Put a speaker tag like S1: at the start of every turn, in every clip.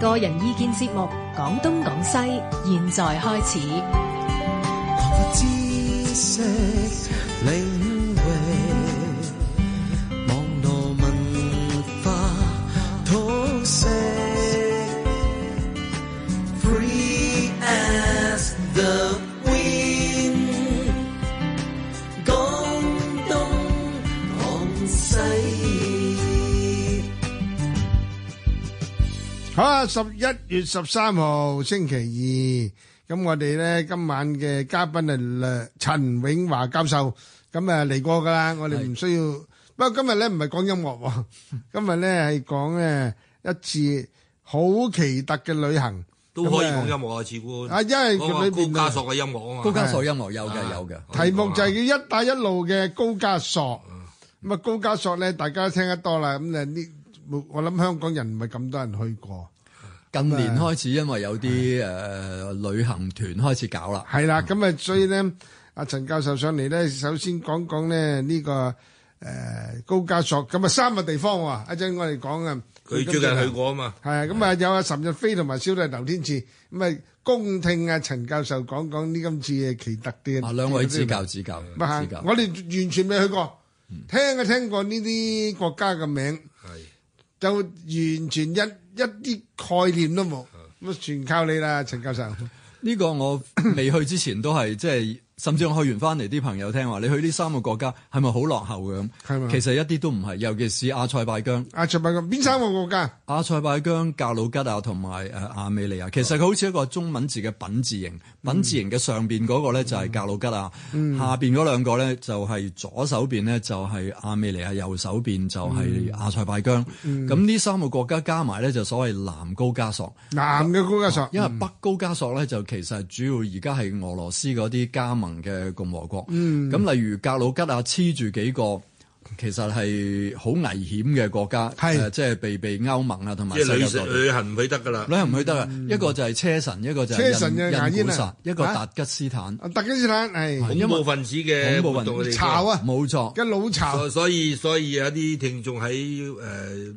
S1: 個人意見節目《講東講西》，現在開始。
S2: 擴闊知識領域，網絡文化通識，Free as the wind，講東講西。
S3: 好啦，十一月十三號星期二，咁我哋咧今晚嘅嘉賓係梁陳永華教授，咁啊嚟過噶啦，我哋唔需要。不過今日咧唔係講音 樂喎，今日咧係講咧一次好奇特嘅旅行，
S4: 都可以講音樂啊，似乎
S3: 啊因為佢裏
S4: 嗰
S3: 邊
S4: 個高加索嘅音樂啊
S5: 高
S4: 嘛，
S5: 加索音樂有嘅有嘅，
S3: 題目就係叫「一帶一路」嘅高加索。咁啊，高加索咧大家都聽得多啦，咁啊呢我諗香港人唔係咁多人去過。
S5: 近年開始因為有啲誒旅行團開始搞啦，
S3: 係啦，咁啊，所以咧，阿陳教授上嚟咧，首先講講咧呢個誒、呃高加索，咁啊三個地方喎，一陣我哋講啊。
S4: 佢最近去過啊嘛，
S3: 係啊，咁啊有阿岑日飛同埋小弟劉天賜，咁啊恭聽啊陳教授講講呢今次嘅奇特啲。
S5: 啊兩位指教指教
S3: 唔係
S5: 指教，
S3: 我哋完全未去過，聽啊聽過呢啲國家嘅名，
S4: 係
S3: 就完全一一啲概念都冇，咁啊全靠你啦，陳教授。
S5: 呢個我未去之前都係即係，甚至我去完翻嚟啲朋友聽話，你去呢三個國家係咪好落後嘅咁？
S3: 係嘛
S5: 其實一啲都唔係，尤其是阿塞拜疆、
S3: 阿卓伯講邊三個國家？
S5: 阿塞拜疆、格魯吉亞同埋誒亞美尼亞，其實佢好似一個中文字嘅品字形，品字形嘅上邊嗰個咧就係格魯吉亞，下邊嗰兩個咧就係左手邊咧就係亞美尼亞，右手邊就係阿塞拜疆。咁呢、三個國家加埋咧就所謂南高加索。
S3: 男嘅高加索，
S5: 因為北高加索咧就其實主要而家係俄羅斯嗰啲加盟嘅共和國，咁、
S3: 嗯
S5: 例如格魯吉亞黐住幾個其實係好危險嘅國家，呃
S3: 係
S5: 誒即係被被歐盟啊同埋
S4: 即係
S5: 世
S4: 旅
S5: 界各
S4: 行
S5: 地。
S4: 旅行唔去得㗎啦，
S5: 旅行唔去得啊！一個就係車臣，一個就係
S3: 車臣嗯嘅牙
S5: 印
S3: 煙
S5: 印古
S3: 啊
S5: 薩，一個
S3: 啊
S5: 達吉斯坦，
S3: 啊，特基斯坦係
S5: 係
S4: 恐怖分子嘅
S5: 恐怖
S4: 活
S5: 分子
S4: 動嘅地方
S3: 巢啊，
S5: 冇錯。
S3: 嘅老巢
S4: 所所以所以有啲聽眾喺誒、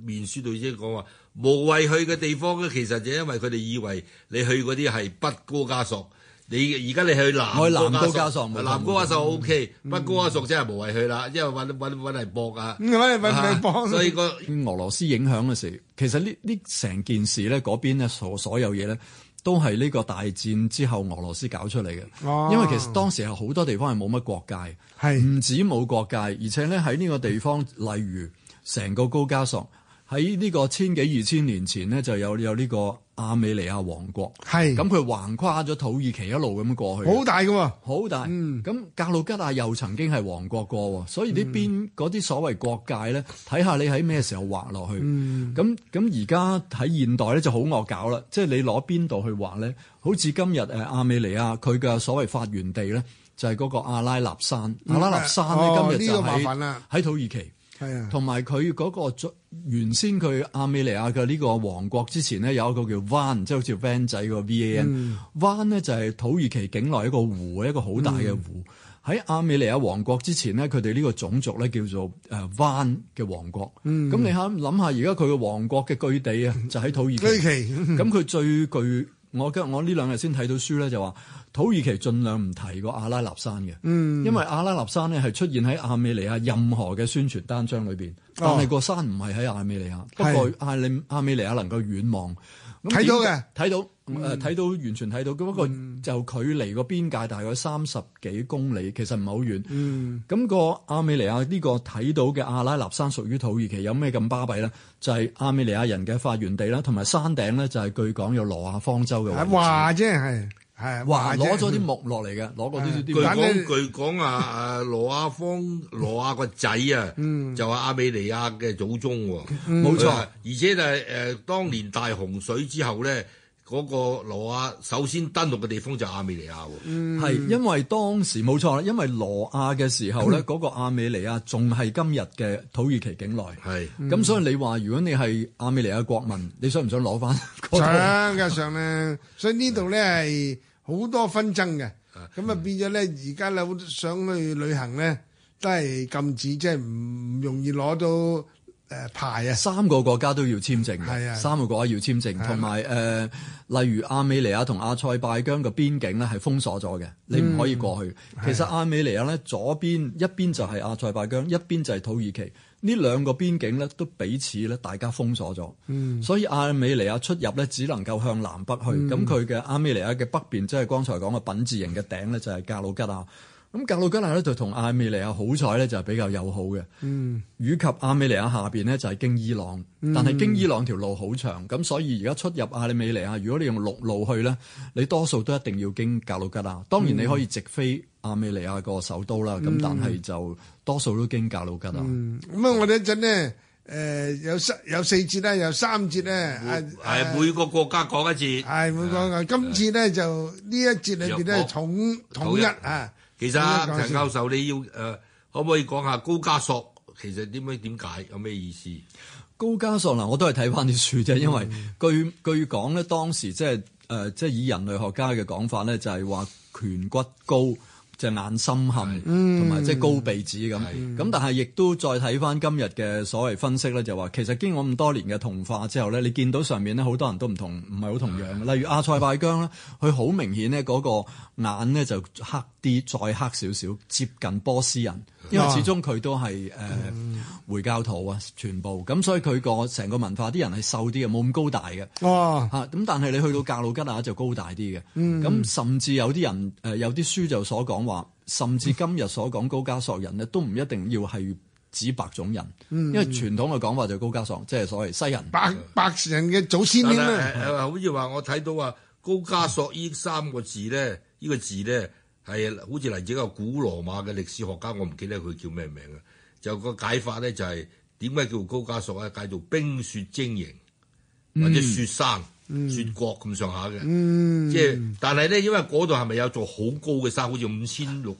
S4: 面書度已經講話，無謂去嘅地方咧，其實就因為佢哋以為你去嗰啲係北高加索，你而家你去南
S5: 我去南
S4: 高
S5: 高加索冇錯
S4: 南高加索 O K，北高加索真係無謂去啦，因為揾揾揾嚟搏啊，
S3: 咁我哋咪咪幫，
S4: 所以個
S5: 俄羅斯影響嘅時，其實呢呢成件事咧，嗰邊咧所所有嘢咧，都係呢個大戰之後俄羅斯搞出嚟嘅。
S3: 哦
S5: 因為其實當時係好多地方係冇乜國界，
S3: 係
S5: 唔止冇國界，而且咧喺呢個地方，例如成個高加索喺呢個千幾二千年前咧，就有有呢個亞美尼亞王國，
S3: 係
S5: 咁佢橫跨咗土耳其一路咁過去嘅。
S3: 好大嘅喎，
S5: 好大，咁、
S3: 嗯
S5: 格魯吉亞又曾經係王國過喎，所以呢
S3: 嗯
S5: 邊嗰啲所謂國界咧，睇下你喺咩時候劃落去。
S3: 嗯
S5: 咁咁而家喺現代咧就好惡搞啦，即係你攞邊度去劃咧？好似今日誒亞美尼亞佢嘅所謂發源地咧，就係嗰個阿拉納山。阿拉納山咧、
S3: 哦
S5: 今日
S3: 嗯呢個
S5: 就
S3: 麻煩
S5: 喺
S3: 啦
S5: 喺土耳其。
S3: 係啊，
S5: 同埋佢嗰個最原先佢亞美尼亞嘅呢個王國之前咧，有一個叫 Van，即係好似 van 仔個 VAN。Van 咧就係土耳其境內一個湖，一個好大嘅湖。喺亞美尼亞王國之前咧，佢哋呢個種族咧叫做誒 Van 嘅王國。咁、你下諗下，而家佢嘅王國嘅 據地啊，就喺土耳
S3: 居
S5: 其。
S3: 奇
S5: 咁佢最具我今我呢兩日先睇到書咧，就話土耳其盡量唔提個阿拉納山嘅，
S3: 嗯
S5: 因為阿拉納山咧係出現喺亞美尼亞任何嘅宣傳單張裏
S3: 哦
S5: 邊，但係個山唔係喺亞美尼亞，不過亞美亞美尼亞能夠遠望
S3: 睇到嘅嗯
S5: 咁點睇到誒睇到完全睇到，咁不過就距離個邊界大概三十幾公里，其實唔係好
S3: 嗯
S5: 遠。咁個亞美尼亞呢個睇到嘅阿拉納山屬於土耳其，有咩咁巴閉咧？就係亞美尼亞人嘅發源地啦，同埋山頂咧就係據講有羅亞方舟嘅
S3: 啊
S5: 位置。
S3: 話啫係係
S5: 哇！
S3: 啫
S5: 攞咗啲木落嚟嘅，攞過啲
S4: 據
S5: 啲
S3: 但
S4: 講
S3: 你
S4: 據講啊啊羅 亞方羅亞個仔啊，
S3: 嗯
S4: 就係亞美尼亞嘅祖宗喎，
S5: 冇
S4: 佢
S5: 錯
S4: 話而且就係誒當年大洪水之後咧，嗰個羅亞首先登陸嘅地方就係亞美尼亞喎，
S3: 嗯
S5: 係因為當時冇錯啦，因為羅亞嘅時候咧，嗰個亞美尼亞仲係今日嘅土耳其境內。
S4: 係
S5: 咁所以你話，如果你係亞美尼亞國民，你想唔想攞翻嗰度？
S3: 上嘅上咧，所以呢度咧係好多紛爭嘅，咁啊變咗咧而家咧好想去旅行咧都係禁止，即係唔容易攞到誒牌啊，
S5: 三個國家都要簽證
S3: 係啊啊
S5: 嘅，三個國家要簽證，同埋誒，例如亞美尼亞同阿塞拜疆嘅邊境咧係封鎖咗嘅，你
S3: 嗯
S5: 唔可以過去。
S3: 啊
S5: 其實亞美尼亞咧左邊一邊就係阿塞拜疆，一邊就係土耳其，呢兩個邊境咧都彼此咧大家封鎖咗，
S3: 嗯
S5: 所以亞美尼亞出入咧只能夠向南北去。咁佢嘅亞美尼亞嘅北邊，即係剛才講嘅品字形嘅頂咧，就係格魯吉亞。咁格魯吉亞咧就同亞美尼亞好彩咧就係比較友好嘅，嗯，以及亞美尼亞下邊咧就係經伊朗，但係經伊朗條路好長，咁所以而家出入亞美尼亞，如果你用陸路去咧，你多數都一定要經格魯吉亞。當然你可以直飛亞美尼亞個首都啦，咁、但係就多數都經格魯吉亞。
S3: 咁啊，我哋一陣咧，誒有三有四節啦，有三節咧，啊
S4: 係每個國家講一次。
S3: 係會講啊。今次咧就呢一節裏邊
S4: 若
S3: 咧
S4: 果
S3: 統統
S4: 統
S3: 一
S4: 一
S3: 啊，
S4: 其
S3: 統
S4: 實
S3: 一講
S4: 陳
S3: 先
S4: 教授你要誒、呃可唔可以講下高加索其實點樣點解有咩意思？
S5: 高加索嗱，我都係睇翻啲書啫，因為據據講咧，當時即係誒，即係以人類學家嘅講法咧，就係話顴骨高。隻眼深陷，同埋即係高鼻子咁。咁但係亦都再睇翻今日嘅所謂分析咧，就話其實經過咁多年嘅同化之後咧，你見到上面咧好多人都唔同，唔係好同樣嘅。例如阿塞拜疆咧，佢好明顯咧嗰個眼咧就黑啲，再黑少少，接近波斯人，因為始終佢都係誒、呃回教徒啊，全部咁，所以佢個成個文化啲人係瘦啲嘅，冇咁高大嘅。
S3: 哦，
S5: 嚇咁，但係你去到格魯吉亞就高大啲嘅，咁、甚至有啲人誒、呃有啲書就所講話，甚至今日所講高加索人咧，都唔一定要係指白種人，因為傳統嘅講法就高加索，即係所謂西人。
S3: 白
S4: 啊
S3: 白人嘅祖先
S4: 但
S3: 添
S4: 係
S3: 啦，
S4: 呃呃好似話我睇到話高加索呢三個字咧，呢、個字咧係好似嚟自一個古羅馬嘅歷史學家，我唔記得佢叫咩名啦。就個解法咧就係點解叫高加索咧？解做冰雪晶形或者雪山、雪國咁上下嘅。
S3: 嗯，
S4: 即係，但係咧，因為嗰度係咪有座好高嘅山，好似五千六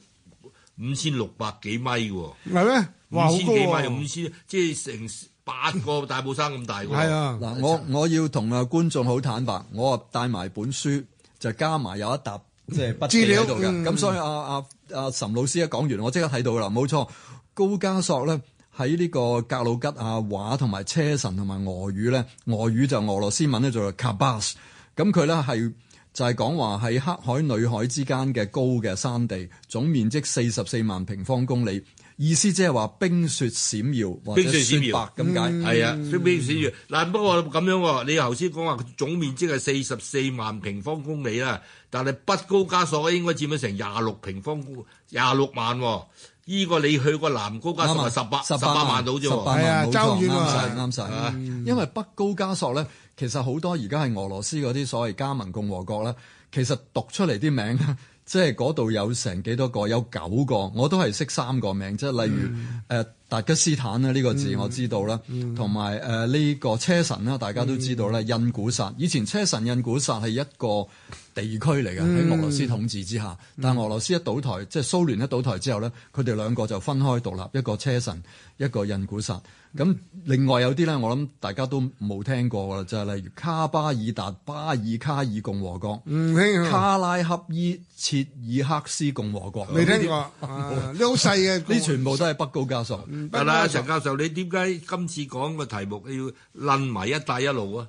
S4: 五千六百幾米喎，
S3: 係咩？哇，好
S4: 五千
S3: 高啊
S4: 幾米，
S3: 喎
S4: 五，千即係成八個大帽山咁大喎。
S3: 係，啊，
S5: 嗱，我我要同啊觀眾好坦白，我啊帶埋本書，就加埋有一沓即係筆記喺度
S3: 資料嗯
S5: 嘅。咁所以啊啊啊岑老師一講完，我即刻睇到啦，冇錯。高加索咧喺呢個格魯吉亞話同埋車臣同埋俄語咧，俄語就俄羅斯文咧就 Kabas，咁佢咧係。就係講話喺黑海、裏海之間嘅高嘅山地，總面積四十四萬平方公里，意思即係話冰雪閃耀或者
S4: 冰雪閃
S5: 雪白
S4: 耀
S5: 咁解。
S3: 嗯
S4: 係啊，所以比起住嗱，不過咁樣喎，你頭先講話總面積係四十四萬平方公里啦，但係北高加索應該佔咗成廿六平方公廿六萬喎。依個你去過南高加索係十八啊十八萬到啫
S5: 18
S4: 喎，
S5: 啊萬
S3: 係啊
S5: 冇錯
S3: 周遠
S5: 啱
S3: 啊
S5: 晒啱晒。因為北高加索咧，其實好多而家係俄羅斯嗰啲所謂加盟共和國啦，其實讀出嚟啲名咧， 即係嗰度有成幾多個，有九個，我都係識三個名，即係例如誒、
S3: 嗯
S5: 呃、達吉斯坦啦呢個字我知道啦，同埋誒呢個車臣啦，大家都知道啦，
S3: 嗯
S5: 印古薩。以前車臣印古薩係一個地區嚟嘅，
S3: 嗯
S5: 喺俄羅斯統治之下，但俄羅斯一倒台，即係蘇聯一倒台之後咧，佢哋兩個就分開獨立，一個車臣，一個印古薩。咁另外有啲咧，我諗大家都冇聽過㗎啦，就係、例如卡巴爾達巴爾卡爾共和國、
S3: 唔興啊，
S5: 卡拉恰伊切爾克斯共和國，
S3: 未
S5: 呢
S3: 聽過， 嗯啊你好細嘅，
S5: 啲呢全部都係北高加索。
S4: 係啦，陳教授，你點解今次講個題目要論埋一帶一路啊？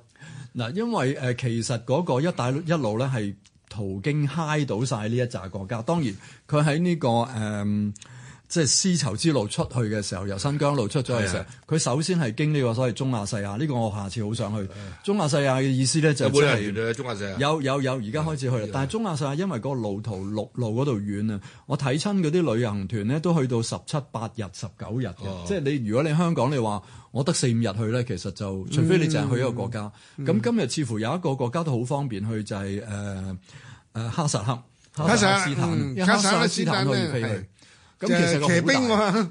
S5: 嗱，因為誒、呃其實嗰個一帶一路咧係途經嗨到晒呢一紮國家，當然佢喺呢個誒、嗯即係絲綢之路出去嘅時候，由新疆路出咗去嘅時
S4: 係，
S5: 候
S4: 啊
S5: 佢首先係經呢個所謂中亞細亞，呢、個我下次好想去。中亞細亞嘅意思咧就
S4: 啊有
S5: 即
S4: 冇
S5: 係
S4: 人員去中亞社啊？
S5: 有有有，而家開始去啦。但係中亞世界因為嗰個路途陸路嗰度遠啊，我睇親嗰啲旅行團咧都去到十七八日、十九日嘅。
S4: 哦
S5: 即係你如果你香港你話我得四五日去咧，其實就除非你淨係去一個國家。咁、今日似乎有一個國家都好方便去，就係誒誒哈薩克、哈薩克斯坦，
S3: 嗯
S5: 因為哈薩克
S3: 哈薩克斯
S5: 斯
S3: 坦
S5: 坦可以飛
S3: 咧
S5: 去。咁
S3: 就
S5: 其
S3: 係
S5: 實個好
S3: 騎兵
S5: 大
S3: 喎，啊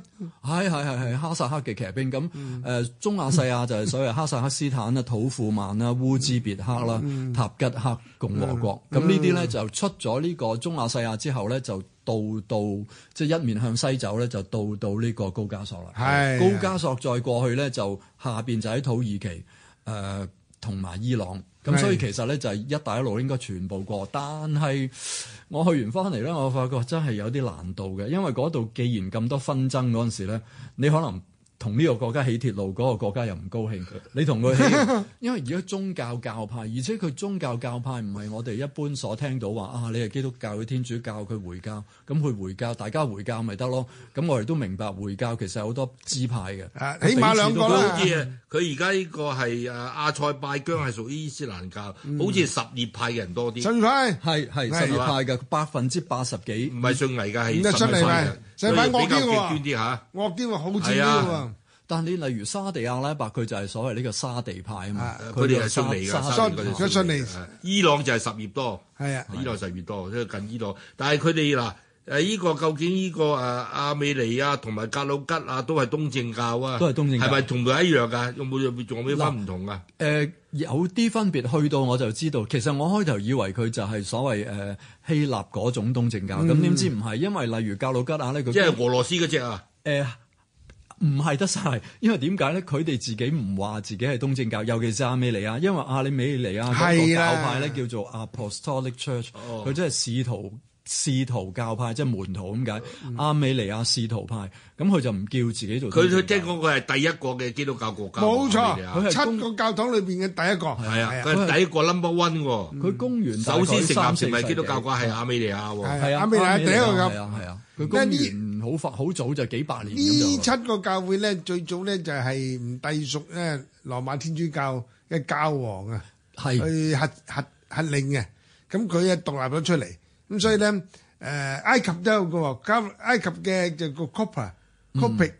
S5: 係係係係哈薩克嘅騎兵咁誒、
S3: 嗯
S5: 呃中亞細亞就係所謂哈薩克斯坦啦、土庫曼啦、烏茲別克啦、
S3: 嗯
S5: 塔吉克共和國，咁呢啲咧就出咗呢個中亞細亞之後咧，就到到即係一面向西走咧，就到到呢個高加索啦。
S3: 係
S5: 高加索再過去咧，就下邊就喺土耳其誒同埋伊朗。咁
S3: 係
S5: 所以其實咧就係一帶一路應該全部過，但係我去完翻嚟咧，我發覺真係有啲難度嘅，因為嗰度既然咁多紛爭嗰陣時咧，你可能同呢個國家起鐵路嗰、個國家又唔高興，你同佢起，因為而家宗教教派，而且佢宗教教派唔係我哋一般所聽到話啊，你係基督教、佢天主教、佢回教，咁佢回教，大家回教咪得咯。咁我哋都明白回教其實有好多支派嘅，
S3: 啊起碼兩個
S4: 佢
S3: 啦
S4: 好似啊佢而家呢個係啊阿塞拜疆係屬於伊斯蘭教，好似什葉派嘅人多啲，
S3: 信派
S5: 係係
S3: 係
S5: 什葉派嘅百分之八十幾
S4: 唔。係信危㗎，
S3: 唔係
S4: 係
S3: 信
S4: 什葉
S3: 派
S4: 嘅
S3: 信派
S4: 所以比較
S3: 惡啲喎
S4: 極端啲嚇。
S3: 惡啲喎，好似
S4: 係
S3: 啲喎
S4: 啊。
S5: 但你例如沙地阿拉伯，佢就係所謂呢個沙地派啊嘛
S3: 啊，
S4: 佢哋係
S5: 個
S4: 信
S5: 沙
S4: 尼㗎，
S5: 沙
S4: 沙
S3: 信
S4: 地
S3: 佢
S4: 嗰啲
S3: 信尼
S4: 嘅伊朗就係什葉多，
S3: 係啊
S4: 伊朗什葉多，即係近伊朗。但係佢哋嗱誒呢個究竟呢個誒亞美尼亞同埋格魯吉啊亞都係東正教啊，
S5: 都係東正教
S4: 係咪同佢一樣㗎？有冇有冇仲有咩分唔同啊？
S5: 誒、呃有啲分別，去到我就知道。其實我開頭以為佢就係所謂誒、呃希臘嗰種東正教，咁點、知唔係？因為例如格魯吉亞咧，佢
S4: 嗯即係俄羅斯嗰只啊，
S5: 誒唔係得晒，因為點解咧？佢哋自己唔話自己係東正教，尤其是亞美尼亞，因為亞美尼亞嗰個
S3: 係
S5: 教
S3: 啦
S5: 派咧叫做啊 Apostolic Church，
S4: 哦
S5: 佢即係使徒。使徒教派即係門徒咁解，
S4: 嗯
S5: 亞美尼亞使徒派，咁佢就唔叫自己做
S4: 佢
S5: 東正教。
S4: 佢聽講佢係第一個嘅基督教國家
S3: 冇
S4: 喎，亞美尼
S3: 錯，
S4: 亞
S5: 佢係
S3: 七
S5: 公
S3: 個教堂裏邊嘅第一個。
S4: 係啊，
S3: 係
S4: 佢係第一個 number one 喎。
S5: 佢公元大概
S4: 首先成立
S5: 三四
S4: 成為基督教
S5: 世紀
S4: 國係亞美尼亞喎。
S3: 係
S5: 係啊，
S3: 啊，啱啱第一個教
S5: 係啊係啊，
S3: 因為
S5: 佢公
S3: 呢
S5: 元好快好早就幾百年
S3: 呢
S5: 咁就
S3: 七個教會咧，最早咧就係唔隸屬咧羅馬天主教嘅教皇啊，
S5: 係
S3: 去核核核令嘅，咁佢啊獨立咗出嚟，咁所以咧誒、埃及都有個喎加埃及嘅就個 Copper Copic、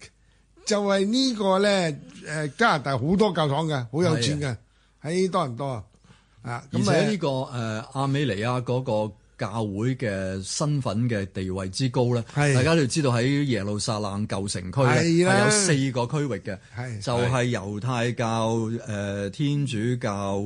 S3: 就係呢個咧誒加拿大好多教堂嘅，好有錢嘅，喺多唔多啊？啊
S5: 而
S3: 咁
S5: 且呢
S3: 誒
S5: 個誒亞美尼亞嗰個教會嘅身份嘅地位之高咧，
S3: 係
S5: 大家都知道喺耶路撒冷舊城區呢
S3: 係啦
S5: 係有四個區域嘅
S3: 係，
S5: 就係猶太教、誒天主教、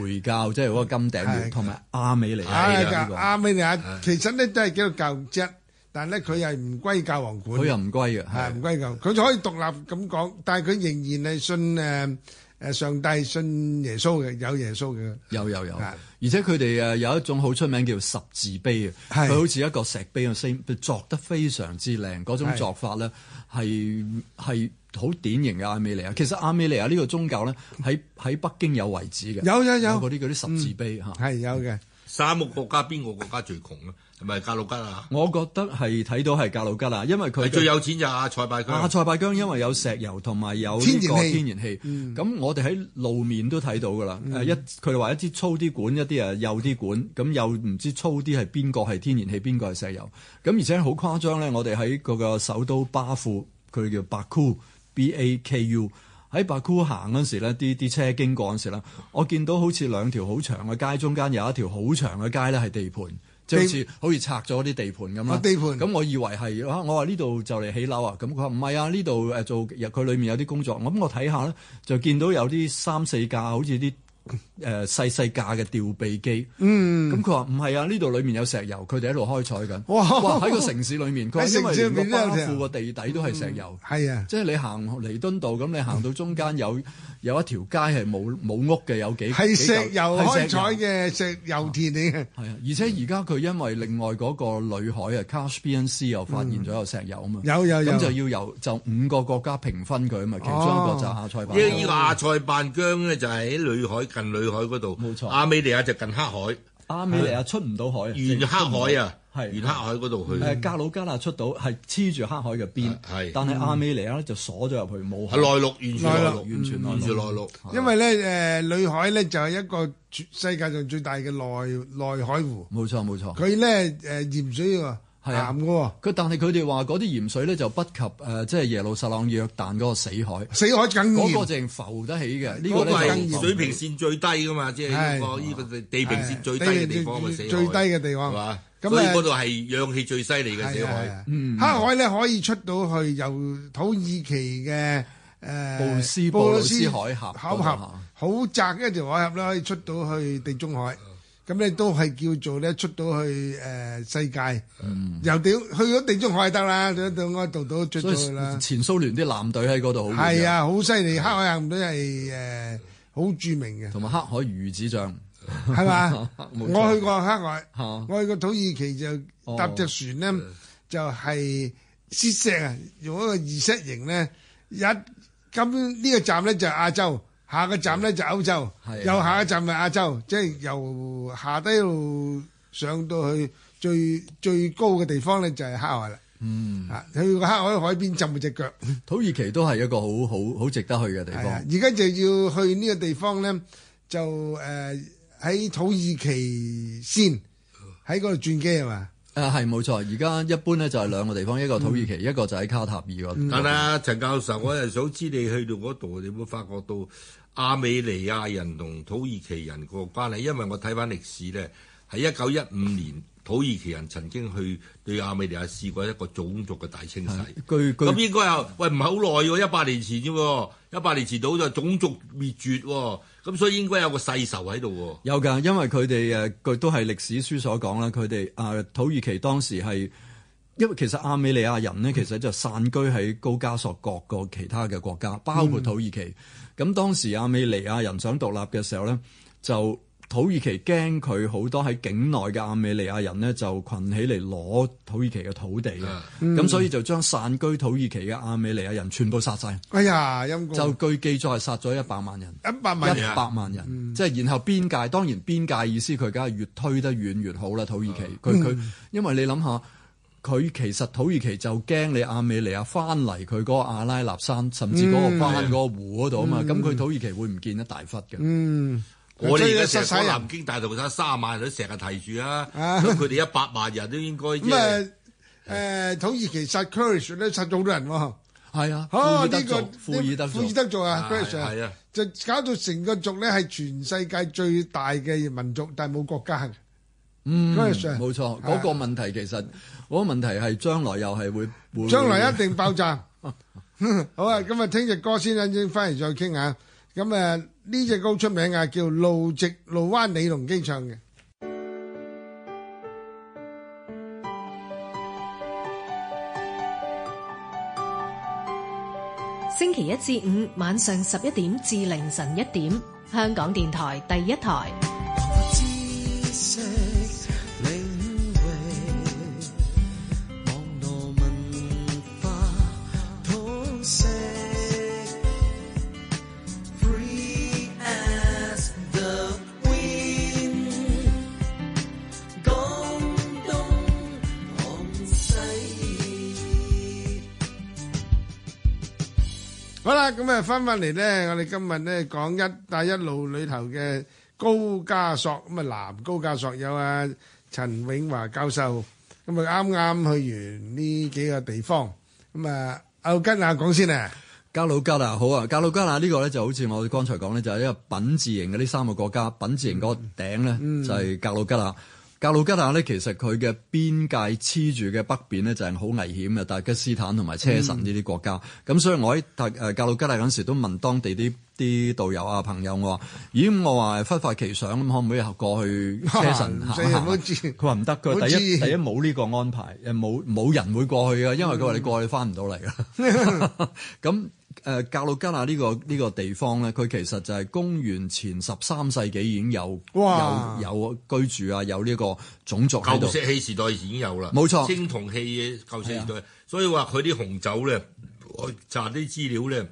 S5: 回教，即係嗰個金頂廟，
S3: 係
S5: 同埋亞美尼亞
S3: 埃及
S5: 呢個。
S3: 亞美尼亞其實咧都係基督教啫，但係咧佢係唔歸教皇管
S5: 佢。又唔歸嘅，
S3: 係
S5: 係
S3: 唔歸咎，佢可以獨立咁講，但係佢仍然係信誒誒上帝、信耶穌嘅，有耶穌嘅。
S5: 有有有，
S3: 係
S5: 而且佢哋誒有一種好出名叫十字碑啊，
S3: 係
S5: 佢好似一個石碑咁，佢作得非常之靚，嗰種
S3: 係
S5: 作法咧係係好典型嘅亞美尼亞。其實亞美尼亞呢個宗教咧喺喺北京有遺址嘅，
S3: 有有有嗯
S5: 嗰啲嗰啲十字碑嚇。
S3: 係有嘅，
S4: 沙漠國家邊個國家最窮啊？係咪格魯吉亞？
S5: 我覺得係睇到係格魯吉亞，因為佢
S4: 係
S5: 嘅
S4: 最有錢就係阿塞拜
S5: 亞
S4: 疆。
S5: 塞拜疆因為有石油同埋有呢個天然氣，嗯咁我哋喺路面都睇到㗎啦。誒一佢哋話一啲粗啲管，一啲誒幼啲管，咁又唔知粗啲係邊個係天然氣，邊個係石油。咁而且好誇張咧，我哋喺嗰個首都巴庫，佢叫巴庫 （B A K U）。喺白庫行嗰時咧，啲啲車經過嗰時咧，我見到好似兩條好長嘅街，中間有一條好長嘅街咧係地盤，即係好似好似拆咗啲地盤咁啦。
S3: 啊地盤
S5: 咁我以為係啊，我話呢度就嚟起樓啊，咁佢話唔係啊，呢度誒做佢裏面有啲工作，咁我睇下咧，就見到有啲三四架好似啲誒細細架嘅吊臂機，嗯，咁佢話唔係啊，呢度裏面有石油，佢哋喺度開採緊，
S3: 哇
S5: 哇喺個城市裏面，佢話
S3: 喺
S5: 因
S3: 城市
S5: 為
S3: 裏面
S5: 連個巴
S3: 都有石
S5: 庫
S3: 油
S5: 個地底都係石油。
S3: 係啊，
S5: 即係你行彌敦道咁，你行到中間有有一條街係冇冇屋嘅，有幾
S3: 係
S5: 幾
S3: 石
S5: 嚿
S3: 油
S5: 係
S3: 開
S5: 石油
S3: 採嘅石油田嚟嘅。
S5: 係啊，而且而家佢因為另外嗰個裏海啊 （Caspian Sea） 又發現咗有石油啊嘛，
S3: 嗯有有有
S5: 咁就要由就五個國家平分佢啊嘛，其中一個就係亞塞拜
S4: 因為呢
S5: 疆
S4: 個阿塞拜疆咧就係喺裏海近裏海嗰度，
S5: 冇錯
S4: 亞美尼亞就近黑海，、
S5: 亞美尼亞出唔到海啊，
S4: 沿黑海啊，
S5: 係
S4: 沿黑海嗰度去，
S5: 誒格魯吉亞出到係黐住黑海嘅邊，
S4: 嗯啊係
S5: 但係亞美尼亞咧就鎖咗入去冇海
S4: 係，啊內陸，完全內陸，
S5: 內陸完全內陸
S4: 完全內陸。
S3: 因為咧誒，裏海咧就係一個全世界上最大嘅內內海湖，
S5: 冇錯冇錯。
S3: 佢咧誒鹽水喎，
S5: 係啊
S3: 鹹嘅喎，
S5: 佢但係佢哋話嗰啲鹽水咧就不及誒、呃即係耶路撒冷約旦嗰個死海，
S3: 死海更
S5: 嗰、個
S3: 鹽。
S5: 淨浮得起嘅，呢、
S4: 嗯嗰個
S5: 個咧就
S4: 係
S5: 浮唔
S4: 水
S5: 起
S4: 平線最低噶嘛，即係呢個
S3: 係
S4: 呢個地
S3: À,
S4: 平線最低
S3: 係
S4: 嘅地方咪死
S3: 最
S4: 海
S3: 最低嘅地方
S4: 係嘛？
S3: 咁
S4: 所以
S3: 誒
S4: 嗰度係氧氣最犀利嘅死
S3: 係
S4: 海
S3: 啊。黑海咧可以出到去由土耳其嘅誒
S5: 布斯布魯斯海峽
S3: 海
S5: 嗰度
S3: 峽
S5: 嚇，
S3: 好窄一條海峽咧，可以出到去地中海。咁咧都係叫做咧出到去誒世界，由屌去咗地中海就得啦，到到嗰度到出
S5: 所
S3: 到
S5: 以
S3: 去啦。
S5: 前蘇聯啲艦隊喺嗰度好活躍
S3: 係，啊，好犀利，黑海艦隊係誒好著名嘅，
S5: 同埋黑海魚子醬。？
S3: 係嘛
S5: 冇錯
S3: 我去過黑海，
S5: 嚇
S3: 我去過土耳其就搭只船咧，就係切石啊，用一個二石型咧，一咁呢個站咧就係亞洲，下個站咧就歐洲，
S5: 係
S3: 又下一站咪亞洲，即係由下低路上到去最最高嘅地方咧就係黑海啦。嗯，啊，去個黑海海邊浸只腳。
S5: 土耳其都係一個好好好值得去嘅地
S3: 係啊
S5: 方。
S3: 而家就要去呢個地方咧，就誒喺、土耳其先喺嗰度轉機係嘛？
S5: 誒啊係冇錯，而家一般咧就係兩個地方，一個土耳其，一個就喺卡塔爾嗰度。
S4: 但啊，陳教授，我又想知你去到嗰度，你有冇發覺到亞美尼亞人同土耳其人個關係？因為我睇翻歷史咧，喺一九一五年，土耳其人曾經去對亞美尼亞試過一個種族嘅大清洗。
S5: 據據
S4: 嗯咁應該又喂唔係好耐喎，一百年前啫喎，一百年前到就種族滅絕喎，咁所以應該有個世仇喺
S3: 啊
S4: 度
S5: 有㗎，因為佢哋誒佢都係歷史書所講啦，佢哋啊土耳其當時係因為其實亞美尼亞人呢，其實就散居喺高加索各個其他嘅國家，包括土耳其。咁、當時亞美尼亞人想獨立嘅時候呢，就土耳其驚佢好多喺境內嘅亞美尼亞人呢，就群起嚟攞土耳其嘅土地嘅，咁、
S4: 啊
S5: 所以就將散居土耳其嘅亞美尼亞人全部殺晒，
S3: 哎呀，陰公
S5: 就據記載係殺咗一百萬人。
S3: 一百萬人
S5: 一
S3: 嗯
S4: 人
S5: 百萬人，即係然後邊界當然邊界意思佢梗係越推得遠越好啦。土耳其
S3: 啊
S5: 佢佢，
S3: 嗯
S5: 因為你諗下，佢其實土耳其就驚你亞美尼亞翻嚟佢嗰個阿拉納山，甚至嗰個灣嗰個湖嗰度啊嘛，咁佢土耳其會唔見一大忽嘅。
S3: 嗯，
S4: 喎。我
S3: 所
S4: 哋
S3: 以
S4: 而家
S3: 殺
S4: 成日
S3: 曬
S4: 講
S3: 人
S4: 南京大屠殺三萬人都成日提住啊，
S3: 啊
S4: 咁佢哋一百萬人都應該
S3: 咁
S4: 即係
S3: 啊誒土耳其殺 Kurdish 咧殺咗好多人喎。
S5: 係啊，庫
S3: 哦，
S5: 爾德
S3: 呢個
S5: 族，庫爾德
S3: 庫爾
S5: 族，
S3: 德族啊
S4: 啊
S3: ，Kurdish
S4: 係啊
S3: 就搞到成個族咧係全世界最大嘅民族，但係冇國 家嘅。
S5: 嗯，
S3: Kurdish 啊
S5: 冇錯，嗰個問題其實嗰個問題係將來又係會會
S3: 將來一定爆 炸。好啊，咁啊，聽只歌先，一陣翻嚟再傾下。咁啊，呢只歌好出名啊，叫《路直路灣李龍基唱嘅。
S1: 星期一至五晚上十一點至凌晨一點，香港電台第一台。
S2: 知識領域，網絡文化通識，Free as the wind，廣東廣西。
S3: 好啦，咁啊，翻翻嚟咧，我哋今日咧講一帶一路裏頭嘅高加索，咁啊南高加索有啊陳永華教授，咁啊啱啱去完呢幾個地方，咁啊歐吉亞講先啊，
S5: 加魯加納好啊！加魯加納呢個咧就好似我剛才講咧，就係一個品字形嘅呢三個國家，品字形嗰個
S3: 嗯
S5: 頂咧就係格魯吉納。格魯吉納咧其實佢嘅邊界黐住嘅北邊咧就係好危險嘅達吉斯坦同埋車臣
S3: 嗯
S5: 呢啲國家。咁、所以我喺特誒格魯吉納嗰陣時都問當地啲啲導遊啊朋友我話：咦，咁我話忽發奇想咁，可唔可以過去車臣
S3: 唔
S5: 行啊
S3: 使
S5: 下
S3: 唔好知
S5: 佢話唔得，佢話
S3: 好
S5: 第一
S3: 似
S5: 第一冇呢個安排，誒冇冇人會過去嘅，因為
S3: 嗯
S5: 佢話你過去翻唔到嚟 啦。咁誒格魯吉亞呢個呢個地方咧，佢其實就係公元前十三世紀已經有
S3: 哇
S5: 有有居住啊，有呢個種族喺度
S4: 舊。石器時代已經有啦，
S5: 冇錯啊
S4: 青銅器嘅舊石器時代，所以話佢啲紅酒咧，我查啲資料咧，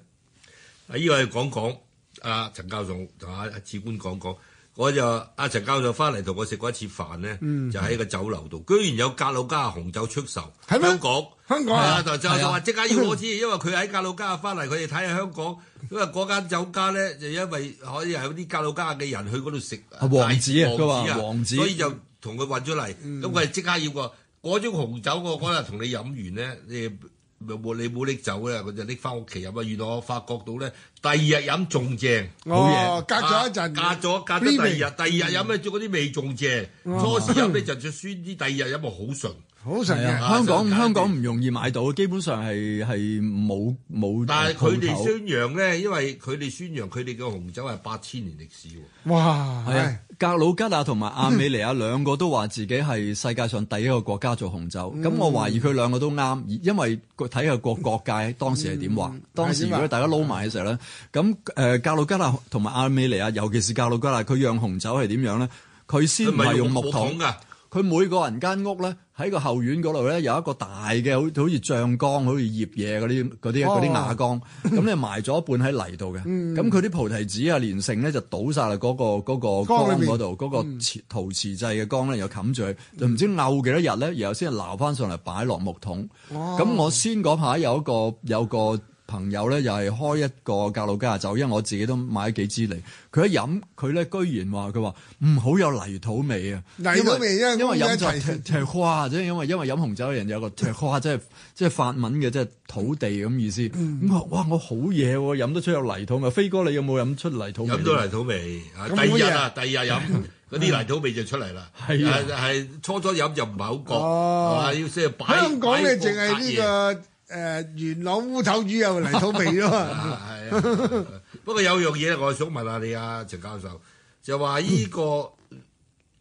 S4: 啊依個係講講，阿陳教授同阿阿志官講講，我就阿陳教授翻嚟同我食過一次飯咧，
S5: 嗯
S4: 就喺個酒樓度，居然有格魯加紅酒出售，
S3: 係咩
S4: 香港。
S3: 香港
S4: 係
S3: 啊
S4: 啊，。就就
S5: 係啊
S4: 就話即刻要攞 資料，因為佢喺格魯吉亞翻嚟，佢哋睇下香港，因為嗰間酒家咧，就因為可以係有啲格魯吉亞嘅人去嗰度食
S5: 啊王子啊
S4: 大
S5: 佢話王子
S4: 所以就同佢運咗嚟，
S5: 嗯
S4: 咁佢係即刻要個嗰種紅酒，我嗰日同你飲完咧，你冇你冇拎走咧，佢就拎翻屋企飲啊。原來我發覺到咧，第二日飲仲正。啊
S3: 哦，隔咗一陣，
S4: 隔咗隔咗第二日，第二日飲咧，嗰啲味仲正。初時飲咧就最酸啲，第二日飲咪啊好純。
S3: 好神
S5: 係啊
S3: 嘅。
S5: 香港
S4: 啊就係
S5: 香港唔容易買到，基本上係係冇冇。
S4: 但係佢哋
S5: 嗯鋪頭
S4: 宣揚咧，因為佢哋宣揚佢哋嘅紅酒係八千年歷史喎。
S3: 哇，
S5: 係啊，格魯吉亞同埋亞美尼亞兩個都話自己係世界上第一個國家做紅酒，咁、我懷疑佢兩個都啱，而因為個睇下各國界當嗯時係點啊話。當時如果大家撈埋嘅時候咧，咁誒、呃格魯吉亞同埋亞美尼亞，尤其是格魯吉亞，佢釀紅酒係點樣咧？佢先唔係用木
S4: 佢唔係用木
S5: 桶
S4: 桶㗎，
S5: 佢每個人間屋咧喺個後院嗰度咧有一個大嘅，好好似醬缸，好似葉嘢嗰啲嗰
S3: 哦
S5: 啲嗰啲瓦缸，咁你埋咗一半喺泥度嘅，
S3: 嗯
S5: 咁佢啲菩提子啊連成咧就倒晒啦嗰個嗰個
S3: 缸裏
S5: 缸
S3: 面嗯
S5: 嗰度，嗰個瓷陶瓷製嘅缸咧又冚住佢，就唔知漚幾多日咧，然後先撈翻上嚟擺落木桶。
S3: 哦
S5: 咁我先嗰排有一個有個朋友咧，又係開一個格魯吉亞酒，因為我自己都買咗幾支嚟。佢一飲，佢咧居然話：佢話唔好有泥土味啊！
S3: 泥土味因為
S5: 因為
S3: 公
S5: 飲
S3: 仔
S5: 就
S3: 提
S5: 踢花啫，因為因為飲紅酒嘅人 有個踢花，即係即係法文嘅即係土地咁意思。
S3: 嗯
S5: 咁佢話哇，我好嘢喎，飲得出有泥土味。飛哥，你有冇飲出泥土味？
S4: 飲到泥土味，啊
S3: 咁
S4: 第二日啊，第二日 飲嗰啲泥土味就出嚟啦。
S5: 係啊
S4: 係初初飲就唔係好覺，
S3: 哦
S4: 係嘛？要先係擺
S3: 香港咧，淨係呢
S4: 係
S3: 個誒元朗烏頭魚有泥土味咯 嘛。
S4: 啊係啊。 不過有樣嘢咧，我想問下你啊，陳教授，就話呢個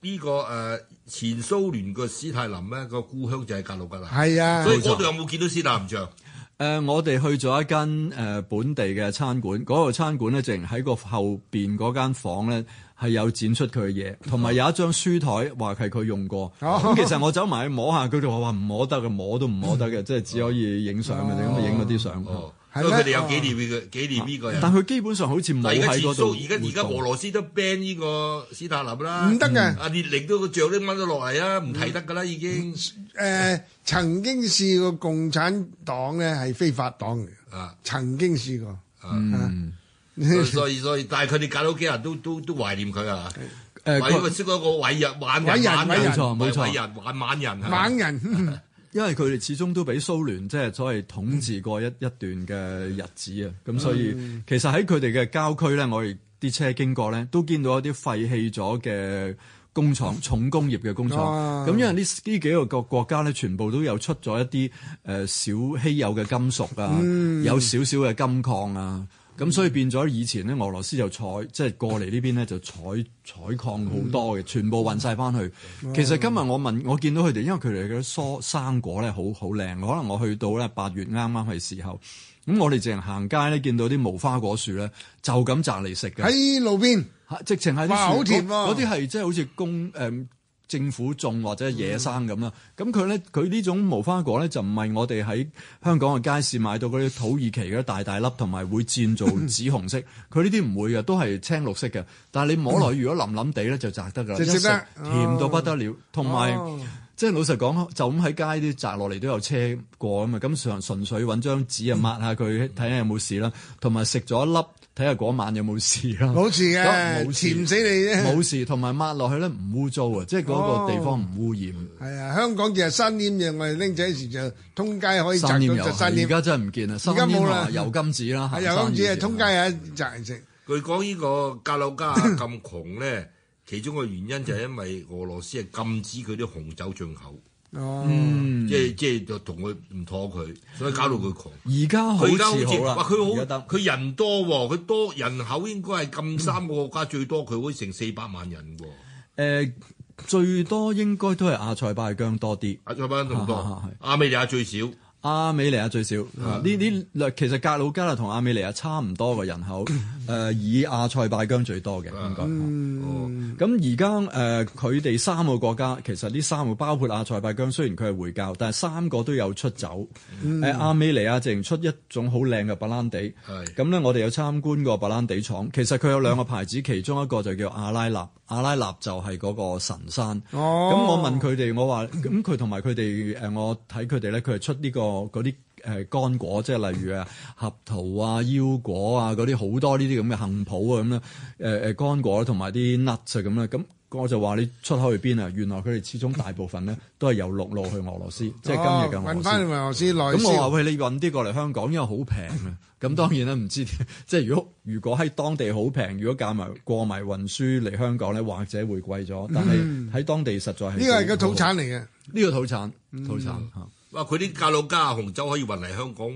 S4: 呢個誒前蘇聯個史泰林咧個故鄉就係格魯吉亞，
S3: 係啊
S4: 所，以嗰度有冇見到斯大林像？
S5: 誒、我哋去咗一間誒、本地嘅餐館，嗰、個餐館咧，直情喺個後邊嗰間房咧係有展出佢嘅嘢，同埋有一張書台話係佢用過。咁、
S3: 哦
S5: 其實我走埋去摸下，佢就話話唔摸得嘅，摸都唔摸得嘅，即係只可以影相嘅啫。咁啊影嗰啲相。
S4: 哦，
S3: 係
S4: 所
S3: 咩
S4: 以佢哋有紀念佢，紀念呢個人。
S5: 啊
S4: 啊
S5: 但佢基本上好似冇
S4: 嗱，而家
S5: 喺
S4: 前
S5: 嗰
S4: 蘇
S5: 度。
S4: 而家而家俄羅斯都 ban 呢個斯大林啦，
S3: 唔得嘅
S4: 啊，列寧都個象都掹咗落嚟啊，唔提得噶啦已經
S3: 誒呃曾經試過共產黨咧係非法黨嚟嘅，
S4: 啊
S3: 曾經試過。
S4: 啊，
S3: 嗯
S4: 所以所以但係佢哋搞到幾人都都都懷念佢啊，
S5: 誒
S4: 為
S5: 佢
S4: 咗識嗰個偉人晚
S3: 偉
S4: 人
S3: 人
S4: 晚
S3: 偉人
S4: 人
S5: 冇錯冇錯
S4: 偉人晚晚人 啊
S3: 猛人
S5: 因為佢哋始終都俾蘇聯即係所謂統治過一一段嘅日子啊，咁
S4: 嗯
S5: 所以其實喺佢哋嘅郊區咧，我哋啲車經過咧，都見到一啲廢棄咗嘅工廠、重工業嘅工廠。
S3: 啊
S5: 咁因為呢呢幾個國國家咧，全部都有出咗一啲誒少稀有嘅金屬啊，
S4: 嗯
S5: 有少少嘅金礦啊。咁所以變咗以前咧，俄羅斯就採即係過嚟呢邊咧就採採礦好多嘅，全部運晒翻去。其實今日我問我見到佢哋，因為佢哋嘅蔬生果咧好好靚，可能我去到咧八月啱啱係時候，咁我哋淨係行街咧見到啲無花果樹咧就咁摘嚟食嘅。
S3: 喺路邊，
S5: 嚇直情係啲
S3: 哇
S5: 樹
S3: 好甜啊
S5: 嗰
S3: 喎
S5: 嗰啲係即係好似公誒、政府種或者野生咁啦。咁佢咧佢呢種無花果咧就唔係我哋喺香港嘅街市買到嗰啲土耳其嗰啲大大粒，同埋會 漸做紫紅色。佢呢啲唔會嘅，都係青綠色嘅。但係你摸落去，如果腍腍地咧就摘得㗎啦，
S3: 嗯就食得
S5: 一食甜到不得了，同埋、
S3: 哦
S5: 即係老實講，就咁喺街啲摘落嚟都有車過啊嘛，咁純純粹揾張紙啊抹下佢，睇下有冇事啦，同埋食咗一粒，睇下嗰晚有冇事啦。
S3: 冇事嘅
S5: 咁冇事
S3: 甜死你啫
S5: 冇事，同埋抹落去咧唔污糟啊，即係嗰個地方唔污染。
S3: 係啊，香港就係山黏嘢，我哋拎仔時就通街可以摘
S5: 生黏
S3: 到
S5: 油
S3: 隻
S5: 啊，
S3: 山
S5: 而
S3: 黏。
S5: 家真係唔見啦，生
S3: 而家
S5: 黏
S3: 冇啦
S5: 啊，油金子
S3: 係
S5: 啦，行
S3: 有
S5: 山
S3: 咁只
S5: 以
S3: 係
S5: 前
S3: 通街有一摘人食。
S4: 據講呢個格魯 吉亞咁窮咧，其中嘅原因就係因為俄羅斯係禁止佢啲紅酒進口，
S5: 嗯
S3: 哦，
S4: 即係即係就同佢唔妥佢，所以搞到佢窮。
S5: 而家好
S4: 佢而家好
S5: 似
S4: 似
S5: 好啦，
S4: 哇，佢
S5: 而家
S4: 好
S5: 得
S4: 佢人多喎，佢多人口應該係咁三個國家最多，佢好似成四百萬人喎。
S5: 誒呃最多應該都係亞塞拜疆多啲。
S4: 阿塞班咁多
S5: 啊係，
S4: 亞美利亞最少，
S5: 亞美尼亞最少，
S3: 啊
S5: 呢啲略其實格魯吉亞同亞美尼亞差唔多個人 口，誒、呃以亞塞拜疆最多嘅應該。
S3: 嗯
S4: 哦，
S5: 咁而家誒呃佢哋三個國家，其實呢三個包括亞塞拜疆，雖然佢係回教，但係三個都有出酒。誒、亞美尼亞淨出一種好靚嘅白蘭地，
S4: 係
S5: 咁咧我哋有參觀過白蘭地廠，其實佢有兩個牌子，其中一個就叫阿拉納，阿拉納就係嗰個神山。咁、
S3: 哦
S5: 我問佢哋，我話咁佢同埋佢哋誒，我睇佢哋咧，佢係出呢、個嗰啲。誒乾果，即係例如啊，合桃啊、腰果啊嗰啲好多呢啲咁嘅杏脯啊咁啦，誒誒乾果同埋啲 nuts 啊咁啦，咁我就話你出口去邊啊？原來佢哋始終大部分咧都係由陸路去俄羅斯，即係今日嘅俄羅斯。
S3: 揾翻去俄羅斯內
S5: 咁我話
S3: 銷。
S5: 喂，你運啲過嚟香港，因為好平 啊。咁當然啦，唔知即係如果如果喺當地好平，如果嫁埋過埋運輸嚟香港咧，或者會貴咗。但係喺當地實在係
S3: 嗯呢個係個土產嚟嘅。嗯
S5: 呢個土產土產嚇。
S4: 哇！佢啲格魯吉亞紅酒可以運嚟香港。